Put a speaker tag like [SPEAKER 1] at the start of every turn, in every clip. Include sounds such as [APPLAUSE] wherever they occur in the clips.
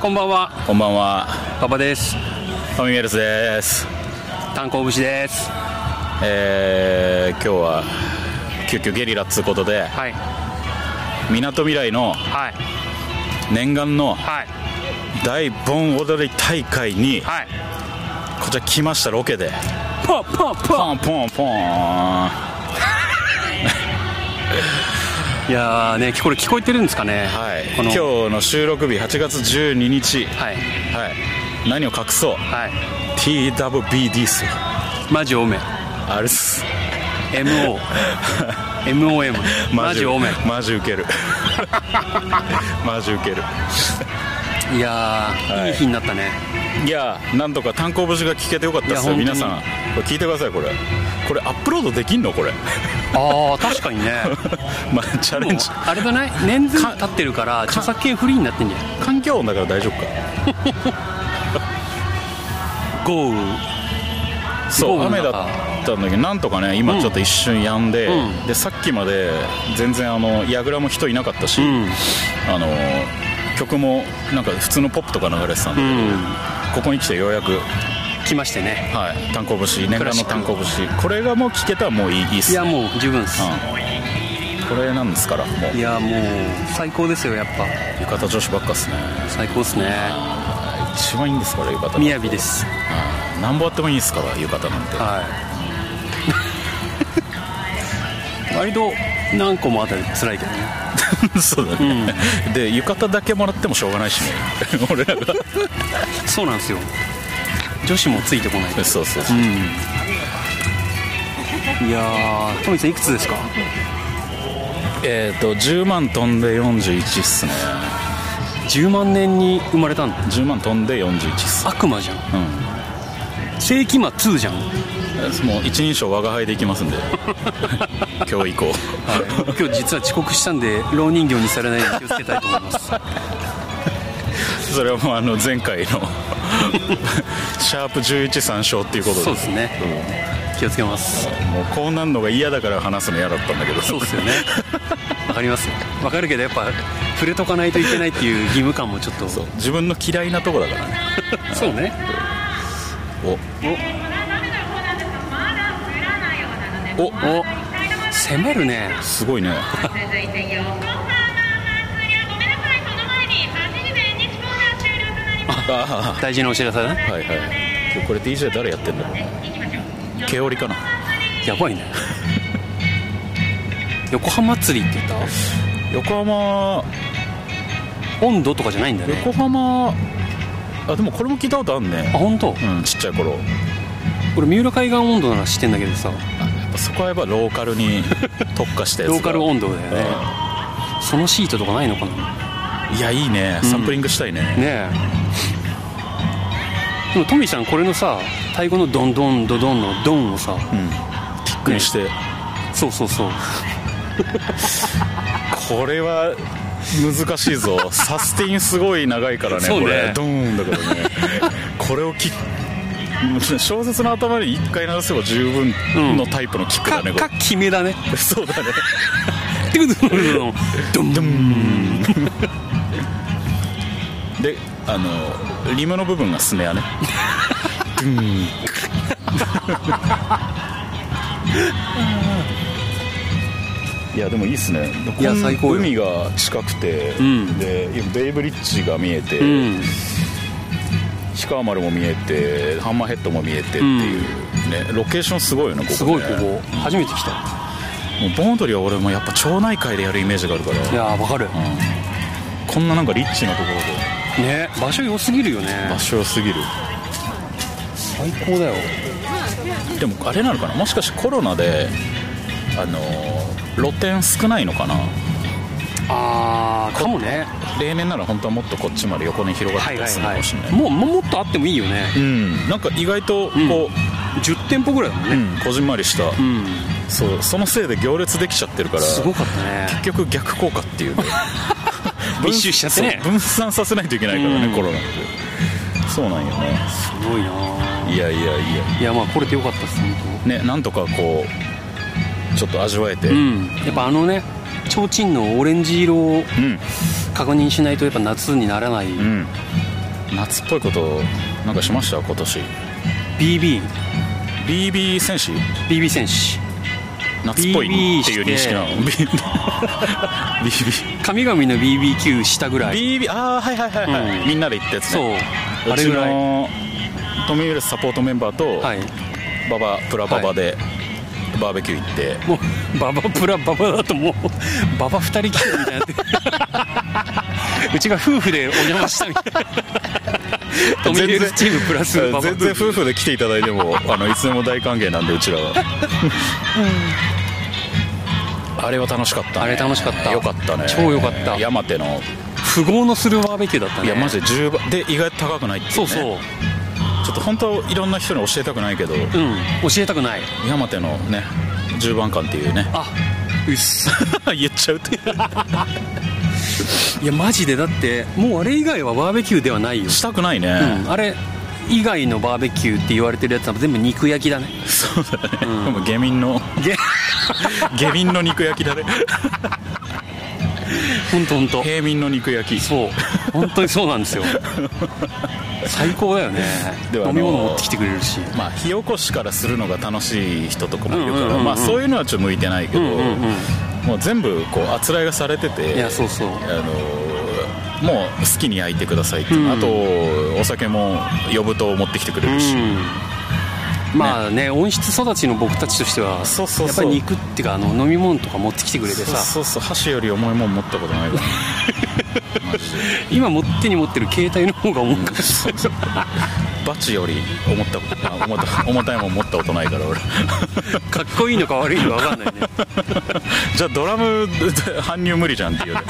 [SPEAKER 1] こんばんは、
[SPEAKER 2] こんばんは。
[SPEAKER 1] 馬場です。
[SPEAKER 2] トミーウェルスです。
[SPEAKER 1] 炭鉱節です。
[SPEAKER 2] えー、今日は急遽ゲリラっつうことで、
[SPEAKER 1] はい、
[SPEAKER 2] みなとみらいの
[SPEAKER 1] はい、
[SPEAKER 2] 念願の
[SPEAKER 1] はい、
[SPEAKER 2] 大盆踊り大会に、
[SPEAKER 1] はい。
[SPEAKER 2] こちら来ました、ロケで。
[SPEAKER 1] ポンポンポ
[SPEAKER 2] ポンポンポン。
[SPEAKER 1] ン。いやーね、これ聞こえてるんですかね。
[SPEAKER 2] はい、
[SPEAKER 1] この
[SPEAKER 2] 今日の収録日8月12日、
[SPEAKER 1] はい、
[SPEAKER 2] はい、何を隠そう
[SPEAKER 1] はい。
[SPEAKER 2] TWBD っすよ
[SPEAKER 1] マジおめ。
[SPEAKER 2] あるっす
[SPEAKER 1] MO。MOM。マジおめ。
[SPEAKER 2] マジウケる [LAUGHS] マジウケる
[SPEAKER 1] いやー、
[SPEAKER 2] はい
[SPEAKER 1] いい日になったね。
[SPEAKER 2] いやーなんとか炭鉱節が聞けてよかったっす
[SPEAKER 1] い
[SPEAKER 2] よ
[SPEAKER 1] や本当に
[SPEAKER 2] 皆さんこれ聞いてくださいこれこれアップロードできんのこれ [LAUGHS]
[SPEAKER 1] あー、確かに [LAUGHS] ね。
[SPEAKER 2] まあチャレ
[SPEAKER 1] もう
[SPEAKER 2] ンジ
[SPEAKER 1] あれだね、年数経ってるから、著作権フリーになってんじゃん。
[SPEAKER 2] 環境音だから大丈夫か
[SPEAKER 1] 豪雨。
[SPEAKER 2] そ
[SPEAKER 1] 豪
[SPEAKER 2] う
[SPEAKER 1] 雨の
[SPEAKER 2] 雨
[SPEAKER 1] 中
[SPEAKER 2] だったんだけどなんとかね今ちょっと一瞬止んで、
[SPEAKER 1] うん
[SPEAKER 2] でさっきまで全然あの櫓も人いなかったし、
[SPEAKER 1] うん。
[SPEAKER 2] あの曲もなんか普通のポップとか流れてたん
[SPEAKER 1] う
[SPEAKER 2] で、
[SPEAKER 1] ん。
[SPEAKER 2] ここに来てようやく、
[SPEAKER 1] 来ましてね。
[SPEAKER 2] はい、炭鉱節念
[SPEAKER 1] クラ
[SPEAKER 2] 願
[SPEAKER 1] シ
[SPEAKER 2] の
[SPEAKER 1] ック
[SPEAKER 2] 炭鉱節これがもう聴けたらもういいいいっ
[SPEAKER 1] い
[SPEAKER 2] す
[SPEAKER 1] や、
[SPEAKER 2] ね
[SPEAKER 1] もう十分っす。
[SPEAKER 2] うん、これなんですからもう
[SPEAKER 1] いや、もう最高ですよ、やっぱ。
[SPEAKER 2] 浴衣女子ばっかっすね
[SPEAKER 1] 最高ですね。
[SPEAKER 2] 一番いいんですから浴衣
[SPEAKER 1] みやびです。
[SPEAKER 2] うんなんぼあってもいいんですから浴衣なんて
[SPEAKER 1] はい。 [LAUGHS] 割と何個もあったら辛いけどね。
[SPEAKER 2] [LAUGHS] そうだね、で浴衣だけもらってもしょうがな
[SPEAKER 1] [LAUGHS]
[SPEAKER 2] いしね俺らが
[SPEAKER 1] そうなんですよ。女子もついてこない。
[SPEAKER 2] そうそう
[SPEAKER 1] う。
[SPEAKER 2] そうん
[SPEAKER 1] いやー、トミーさんいくつですか？
[SPEAKER 2] えっ、と10万飛んで41っすね
[SPEAKER 1] 10万年に生まれたんだ。
[SPEAKER 2] 10万飛んで41っす
[SPEAKER 1] 悪魔じゃん。
[SPEAKER 2] うん
[SPEAKER 1] 世紀末2じゃん。
[SPEAKER 2] もう一人称我が輩でいきま
[SPEAKER 1] [LAUGHS]
[SPEAKER 2] すんで今日以降
[SPEAKER 1] 今日実は遅刻したんで老人形にされないように気をつけたいと思います。
[SPEAKER 2] それはもうあの前回の [LAUGHS] シャープ11参照っていうことで
[SPEAKER 1] そうですね。気をつけます。
[SPEAKER 2] もうこうなるのが嫌だから話すの嫌だったんだけど
[SPEAKER 1] そうですよね。わかりますよ。わかるけどやっぱ触れとかないといけないっていう義務感もちょっと。
[SPEAKER 2] そう自分の嫌いなとこだからね
[SPEAKER 1] そうね。
[SPEAKER 2] おお
[SPEAKER 1] お攻めるね
[SPEAKER 2] すご
[SPEAKER 1] [LAUGHS]
[SPEAKER 2] いね
[SPEAKER 3] 続いて横浜祭りはごめんなさいその前に8時で演劇コーナー終了となります
[SPEAKER 2] あ
[SPEAKER 1] 大事なお知らせだね
[SPEAKER 2] あはいはい今日これ DJ 誰やってんだろう毛織かな
[SPEAKER 1] やばいね [LAUGHS] 横浜祭りって言っ
[SPEAKER 2] 横浜
[SPEAKER 1] た温度とかじゃないんだね
[SPEAKER 2] 横浜あでもこれも聞いたことあん
[SPEAKER 1] あ
[SPEAKER 2] ね
[SPEAKER 1] 本当。
[SPEAKER 2] うんちっちゃい頃
[SPEAKER 1] 俺三浦海岸温度なら知ってんだけどさ
[SPEAKER 2] やっぱそこはやっぱローカルに特化したやつ
[SPEAKER 1] ロ
[SPEAKER 2] が
[SPEAKER 1] ーカル温度だよねそのシートとかないのかな
[SPEAKER 2] うんいやいいねサンプリングしたいね、
[SPEAKER 1] ねえでもトミーちゃんこれのさ太鼓のドンドンドドンのドンをさ
[SPEAKER 2] うん、キックにして、
[SPEAKER 1] そうそうそう
[SPEAKER 2] これは難しいぞサスティンすごい長いからね
[SPEAKER 1] そうね
[SPEAKER 2] これドーンだからねこれをキック小説の頭に1回鳴らせば十分のタイプのキック
[SPEAKER 1] か
[SPEAKER 2] だね、こ
[SPEAKER 1] か決めだね
[SPEAKER 2] れそうだね
[SPEAKER 1] ってことでドンドンドン
[SPEAKER 2] であのリムの部分がスネアねドゥーンいやでもいいっすね
[SPEAKER 1] いや
[SPEAKER 2] こん
[SPEAKER 1] 最高よ
[SPEAKER 2] 海が近くて、
[SPEAKER 1] ん
[SPEAKER 2] で今ベイブリッジが見えて、
[SPEAKER 1] うん
[SPEAKER 2] 氷川丸も見えてハンマーヘッドも見えてっていう、ねロケーションすごいよねここね
[SPEAKER 1] すごいここ初めて来た
[SPEAKER 2] もう盆踊りは俺もやっぱ町内会でやるイメージがあるから
[SPEAKER 1] いやーわかる
[SPEAKER 2] こんななんかリッチなところで
[SPEAKER 1] ね場所良すぎるよね
[SPEAKER 2] 場所良すぎる
[SPEAKER 1] 最高だよ
[SPEAKER 2] でもあれなのかなもしかしてコロナであのー露店少ないのかな
[SPEAKER 1] ああかもね
[SPEAKER 2] 例年なら本当はもっとこっちまで横に広がってたりするのかもしれない、
[SPEAKER 1] もうももっとあってもいいよね
[SPEAKER 2] うんなんか意外とこ
[SPEAKER 1] 10店舗ぐらいだもん
[SPEAKER 2] う、う
[SPEAKER 1] ね
[SPEAKER 2] んこじんまりした、
[SPEAKER 1] うん
[SPEAKER 2] そうそのせいで行列できちゃってるから
[SPEAKER 1] すごかったね
[SPEAKER 2] 結局逆効果っていうね
[SPEAKER 1] [LAUGHS] 密集しちゃってね
[SPEAKER 2] そう分散させないといけないからね、
[SPEAKER 1] うん
[SPEAKER 2] コロナってそうなんよね
[SPEAKER 1] すごいない
[SPEAKER 2] やいやい
[SPEAKER 1] いやまあこれでよかったです本
[SPEAKER 2] やねなんとかこうちょっと味わえて
[SPEAKER 1] 当うんやっぱあのね提灯のオレンジ色を
[SPEAKER 2] うん
[SPEAKER 1] 確認しないとやっぱ夏にならない
[SPEAKER 2] うん夏っぽいことなんかしました今年
[SPEAKER 1] BB
[SPEAKER 2] BB 戦士
[SPEAKER 1] BB 戦士
[SPEAKER 2] 夏っぽいっていう認識なの [LAUGHS]
[SPEAKER 1] 神々の BBQ 下ぐらい
[SPEAKER 2] BB ああはいはいはいはい、
[SPEAKER 1] うん
[SPEAKER 2] みんなで行ったやつ
[SPEAKER 1] そう
[SPEAKER 2] ね
[SPEAKER 1] あれ
[SPEAKER 2] ち
[SPEAKER 1] ぐらい
[SPEAKER 2] のトミー・ウェルスサポートメンバーと、
[SPEAKER 1] はい
[SPEAKER 2] ババプラババで、バーベキュー行って
[SPEAKER 1] もうババプラババだともうババ二人来てるみたい
[SPEAKER 2] [LAUGHS]
[SPEAKER 1] になってうちが夫婦でお邪魔したみたいなトミー・ウェルスチームプラスババ
[SPEAKER 2] 全然夫婦で来ていただいてもあのいつでも大歓迎なんでうち
[SPEAKER 1] [LAUGHS]
[SPEAKER 2] らは、あれは楽しかった、ね、
[SPEAKER 1] あれ楽しかった
[SPEAKER 2] よかったね
[SPEAKER 1] 超よかった
[SPEAKER 2] 山手の
[SPEAKER 1] 富豪のするバーベキューだった
[SPEAKER 2] い
[SPEAKER 1] ね
[SPEAKER 2] やマジで10倍で意外と高くないっていう、ね、
[SPEAKER 1] そうそう
[SPEAKER 2] ちょっと本当いろんな人に教えたくないけど
[SPEAKER 1] うん教えたくない
[SPEAKER 2] 山手のね10番館ってい
[SPEAKER 1] [LAUGHS]
[SPEAKER 2] うね
[SPEAKER 1] あうっす
[SPEAKER 2] 言っちゃうって
[SPEAKER 1] いやマジでだってもうあれ以外はバーベキューではないよ、
[SPEAKER 2] したくないね、
[SPEAKER 1] うん、あれ以外のバーベキューって言われてるやつは全部肉焼きだね
[SPEAKER 2] そうだ [LAUGHS] ね、でも下民の
[SPEAKER 1] いや
[SPEAKER 2] 下民の肉焼きだ
[SPEAKER 1] [LAUGHS]
[SPEAKER 2] ね
[SPEAKER 1] 本当本当
[SPEAKER 2] 平民の肉焼き
[SPEAKER 1] そう本当にそうなんですよ最高だよね
[SPEAKER 2] では
[SPEAKER 1] 飲み物持ってきてくれるし
[SPEAKER 2] まあ、火起こしからするのが楽しい人とかもいるか
[SPEAKER 1] うんうんうん
[SPEAKER 2] ら
[SPEAKER 1] うん
[SPEAKER 2] まあそういうのはちょっと向いてないけど、
[SPEAKER 1] うんうんうん
[SPEAKER 2] もう全部こうあつらいがされてて
[SPEAKER 1] いやそうそう
[SPEAKER 2] あのーもう好きに焼いてくださいって、
[SPEAKER 1] うん
[SPEAKER 2] あとお酒も呼ぶと持ってきてくれるし、
[SPEAKER 1] うんまあね温室育ちの僕たちとしては
[SPEAKER 2] そうそう
[SPEAKER 1] やっぱ
[SPEAKER 2] そう
[SPEAKER 1] り肉っていうかあの飲み物とか持ってきてくれて
[SPEAKER 2] そう
[SPEAKER 1] さ
[SPEAKER 2] そうそう箸より重いもん持ったことないからマジで
[SPEAKER 1] 今持ってに持ってる携帯の方が重く
[SPEAKER 2] そうそうバチより思ったことあ重た重たいもん持ったことないから俺 [LAUGHS]
[SPEAKER 1] かっこいいのか悪いのか分かんないね
[SPEAKER 2] じゃあドラム [LAUGHS] 搬入無理じゃんっていうね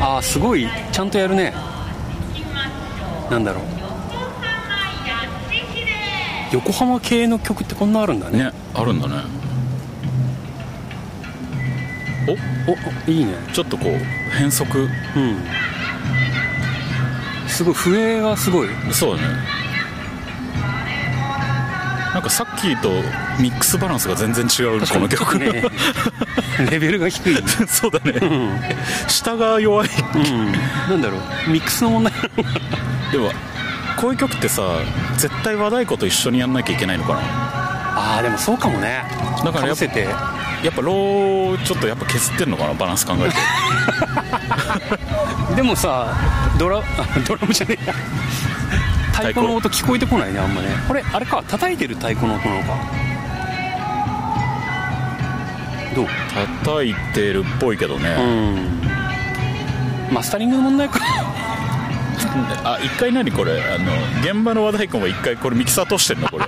[SPEAKER 2] お
[SPEAKER 1] ああすごいちゃんとやるねなんだろう横浜系の曲ってこんなあるんだね
[SPEAKER 2] ねあるんだねお
[SPEAKER 1] おおいいね
[SPEAKER 2] ちょっとこう変則
[SPEAKER 1] うんすごい笛がすごい
[SPEAKER 2] そうだねなんかさっきとミックスバランスが全然違うこの曲
[SPEAKER 1] ねレベルが低い、うん、
[SPEAKER 2] [LAUGHS] そうだね下が弱い
[SPEAKER 1] なんだろうミックスの問題
[SPEAKER 2] でもこういう曲ってさ絶対和太鼓と一緒にやんなきゃいけないのかな
[SPEAKER 1] ああでもそうかもね
[SPEAKER 2] だからや
[SPEAKER 1] ぶ
[SPEAKER 2] っ
[SPEAKER 1] せて
[SPEAKER 2] やっぱローをちょっとやっぱ削ってんのかなバランス考えて
[SPEAKER 1] でもさドラ [LAUGHS] あドラムじゃねえや太鼓の音聞こえてこないねあんまねこれあれか叩いてる太鼓の音なのかどう
[SPEAKER 2] 叩いてるっぽいけど
[SPEAKER 1] う
[SPEAKER 2] ね、
[SPEAKER 1] んマスタリングの問題か [LAUGHS]
[SPEAKER 2] あ一回何これあの現場の和太鼓も一回これミキサー通してんのこれ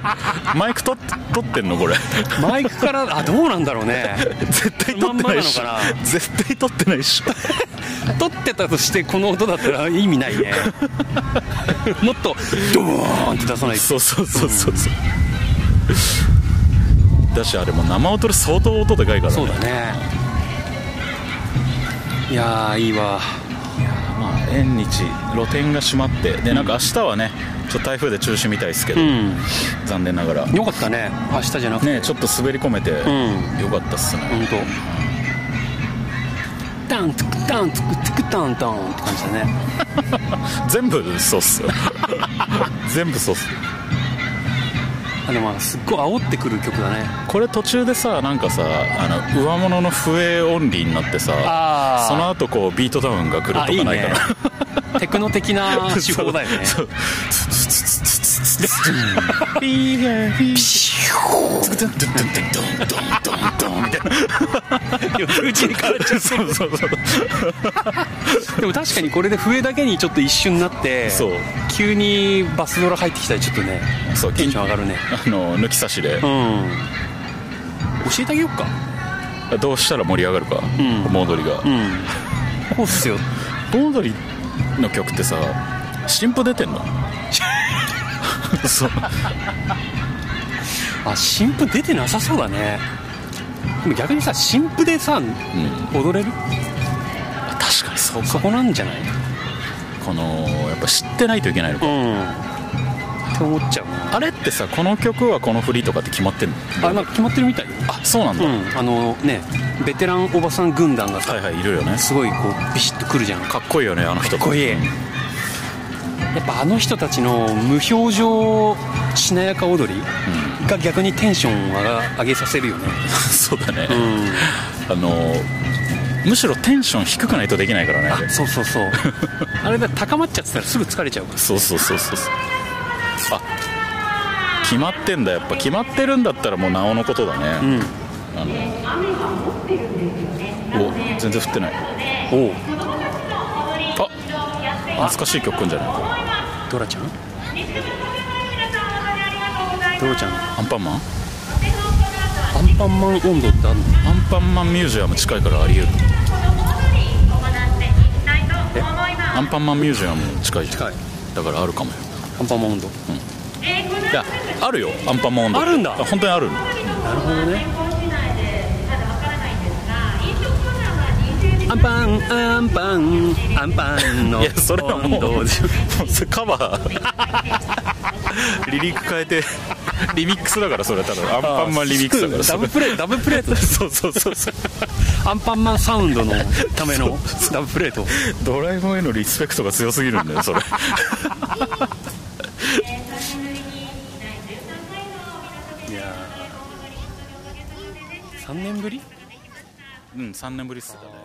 [SPEAKER 2] マイク取っ取ってんのこれ [LAUGHS]
[SPEAKER 1] マイクからあどうなんだろうね
[SPEAKER 2] 絶対取ってないっしょ
[SPEAKER 1] まんまなのか
[SPEAKER 2] 絶対取ってないっしょ
[SPEAKER 1] 撮ってたとしてこの音だったら意味ないねもっとドーンって出さないと
[SPEAKER 2] そうそうそうそうそうだしあれもう生音で相当音でかいからね
[SPEAKER 1] そうだねいやーいいわ
[SPEAKER 2] まあ縁日露店が閉まってでなんか明日はねちょっと台風で中止みたいですけど、
[SPEAKER 1] うん
[SPEAKER 2] 残念ながら
[SPEAKER 1] よかったね明日じゃなくて
[SPEAKER 2] ねちょっと滑り込めて、
[SPEAKER 1] ん
[SPEAKER 2] よかったっすね、
[SPEAKER 1] 本当。タンツクタンツクツクタンタンって感じだね
[SPEAKER 2] 全部そうっすよ [LAUGHS] 全部そうっす
[SPEAKER 1] あでもまあすっごい煽ってくる曲だね
[SPEAKER 2] これ途中でさなんかさあの上物の笛オンリーになってさ
[SPEAKER 1] あー
[SPEAKER 2] その後こうビートダウンが来ると
[SPEAKER 1] あいい
[SPEAKER 2] かないか
[SPEAKER 1] ね [LAUGHS]
[SPEAKER 2] な
[SPEAKER 1] テクノ的な手法だよね
[SPEAKER 2] [LAUGHS] そうツツツツツツツツンピーガーピーツクツンドゥンドゥンドゥンドゥンドゥンドゥンみたいな
[SPEAKER 1] うちに変わっちゃ
[SPEAKER 2] そうそうそう
[SPEAKER 1] うでも確かにこれで笛だけにちょっと一瞬になって
[SPEAKER 2] そう
[SPEAKER 1] 急にバスドラ入ってきたらちょっとね
[SPEAKER 2] そう
[SPEAKER 1] テンション上がるね
[SPEAKER 2] あの抜き差しで
[SPEAKER 1] うん教えてあげよっか
[SPEAKER 2] どうしたら盛り上がるか、
[SPEAKER 1] ん
[SPEAKER 2] 盆踊りが、
[SPEAKER 1] うんこうっすよ
[SPEAKER 2] 盆踊りの曲ってさ新譜出てんのそう
[SPEAKER 1] あ新譜出てなさそうだねでも逆にさ新譜でさ、踊れる
[SPEAKER 2] 確かにそう
[SPEAKER 1] そこなんじゃない
[SPEAKER 2] このやっぱ知ってないといけないのか
[SPEAKER 1] うんって思っちゃう
[SPEAKER 2] あれってさこの曲はこの振りとかって決まってんの
[SPEAKER 1] あなんか決まってるみたいよ
[SPEAKER 2] あそうなん
[SPEAKER 1] う
[SPEAKER 2] だ、
[SPEAKER 1] んあのねベテランおばさん軍団がさ
[SPEAKER 2] はいはいいるよね
[SPEAKER 1] すごいこうビシッとくるじゃんか
[SPEAKER 2] かっこいいよねあの人
[SPEAKER 1] っこいい
[SPEAKER 2] うん
[SPEAKER 1] やっぱあの人たちの無表情しなやか踊りが逆にテンションを上げさせるよね
[SPEAKER 2] そうだね、
[SPEAKER 1] うん
[SPEAKER 2] あのむしろテンション低くないとできないからねあれ
[SPEAKER 1] あそうそうそうあれだ高まっちゃってたらすぐ疲れちゃうから
[SPEAKER 2] そうそうそうそうそうあ決まってんだやっぱ決まってるんだったらもうなおのことだ
[SPEAKER 1] う
[SPEAKER 2] ね、
[SPEAKER 1] ん
[SPEAKER 2] お全然振ってない
[SPEAKER 1] おう
[SPEAKER 2] あ懐かしい曲くんじゃない
[SPEAKER 1] ドラちゃんドラちゃん
[SPEAKER 2] アンパンマン
[SPEAKER 1] アンパンマン温度ってあんの
[SPEAKER 2] アンパンマンミュージアム近いからありえるアンパンマンミュージアム近いじゃん
[SPEAKER 1] 近い
[SPEAKER 2] だからあるかもよ
[SPEAKER 1] アンパンマン温度
[SPEAKER 2] いやあるよアンパンマン温度って
[SPEAKER 1] あるんだ
[SPEAKER 2] 本当にある
[SPEAKER 1] なるほどねアンパンアンパンアンパンの
[SPEAKER 2] いやそれは
[SPEAKER 1] 温
[SPEAKER 2] もう
[SPEAKER 1] 度
[SPEAKER 2] も
[SPEAKER 1] で
[SPEAKER 2] うそれカバー [LAUGHS] リリック変えてリミックスだからそれ多分アンパンマンリミックスだから
[SPEAKER 1] ダ
[SPEAKER 2] そ
[SPEAKER 1] ブ
[SPEAKER 2] れ
[SPEAKER 1] ルプレートダブルプレートだ
[SPEAKER 2] そうそうそうそう
[SPEAKER 1] アンパンマンサウンドのためのダブルプレート
[SPEAKER 2] ドラえもんへのリスペクトが強すぎるんだよそれ
[SPEAKER 1] いや3年ぶり
[SPEAKER 2] うん3年ぶりっすだね